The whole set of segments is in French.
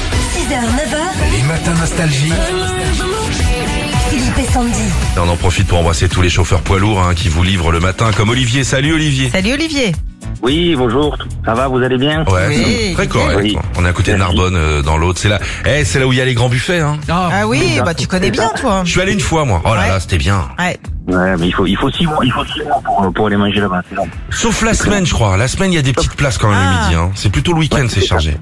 6h, 9h, Les matins nostalgie. Philippe et Sandy. On en profite pour embrasser tous les chauffeurs poids lourds hein, qui vous livrent le matin, comme Olivier. Salut Olivier. Salut Olivier. Oui, bonjour. Ça va, vous allez bien Ouais, Oui. c'est très correct. Oui. On est à côté de Merci. Narbonne, euh, dans l'autre. C'est là, eh, c'est là où il y a les grands buffets. Hein. Ah oui, ça, bah tu c'est connais bien ça. toi. Je suis allé une fois, moi. Oh là Ouais. là, c'était bien. Ouais. Ouais, mais il faut, il faut six mois, il faut six mois pour, pour aller manger là-bas. c'est long. Sauf la semaine, je crois. La semaine, il y a des petites places quand même le Ah. midi. Hein. C'est plutôt le week-end, c'est chargé.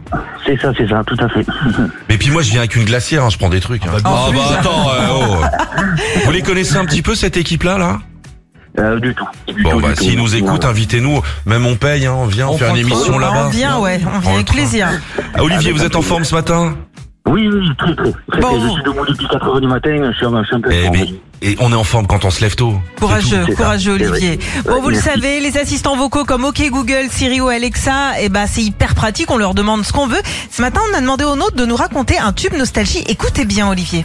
C'est ça, c'est ça, tout à fait. Mais puis moi, je viens avec une glacière. hein, je prends des trucs. hein. Ah En plus. bah attends. euh, oh. Vous les connaissez un petit peu cette équipe-là, là Euh, du tout. Du Bon tout, bah, du tout. s'ils nous écoutent, Non. invitez-nous. Même on paye. Hein, on vient faire une émission Bah, là-bas. On vient, ouais, on vient le avec train. plaisir. Ah, Olivier, vous êtes en forme ce matin Oui, oui, très, très. très, Bon. très. Je suis debout depuis 4 heures du matin, je suis un, je suis un peu Eh, fort, mais- oui. Et on est en forme quand on se lève tôt. Courageux, c'est ça. courageux C'est Olivier. vrai. Bon, Ouais, vous le merci. savez, les assistants vocaux comme OK Google, Siri ou Alexa, eh ben c'est hyper pratique, on leur demande ce qu'on veut. Ce matin, on a demandé aux nôtres de nous raconter un tube nostalgie. Écoutez bien Olivier.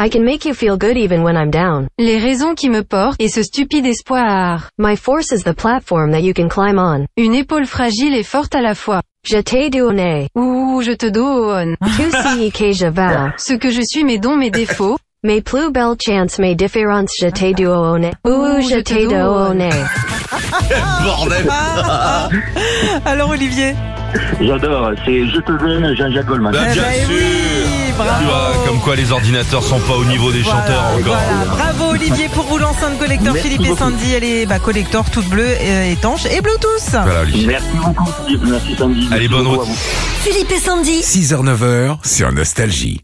I can make you feel good even when I'm down. Les raisons qui me portent et ce stupide espoir. My force is the platform that you can climb on. Une épaule fragile et forte à la fois. Je te donne, Ouh, je te donne. tu sais que je vaux. Ce que je suis, mes dons, mes défauts. Mes plus belles chances, mes différences, je te donne. Ou je te donne. Bordel Ah, ah. Alors Olivier. J'adore, c'est Je te donne Jean-Jacques Goldman. Bah, Eh bien ben sûr. oui, Tu bravo. vois, comme quoi les ordinateurs sont pas au niveau des Voilà, chanteurs encore. voilà. Bravo Olivier pour vous l'enceinte collector Merci Philippe et beaucoup. Sandy. Elle est bah, collector toute bleue, euh, étanche et Bluetooth. Voilà, Olivier. Merci beaucoup, merci Sandy. Allez, Merci bonne beaucoup route. à vous. Philippe et Sandy. 6h-9h sur Nostalgie.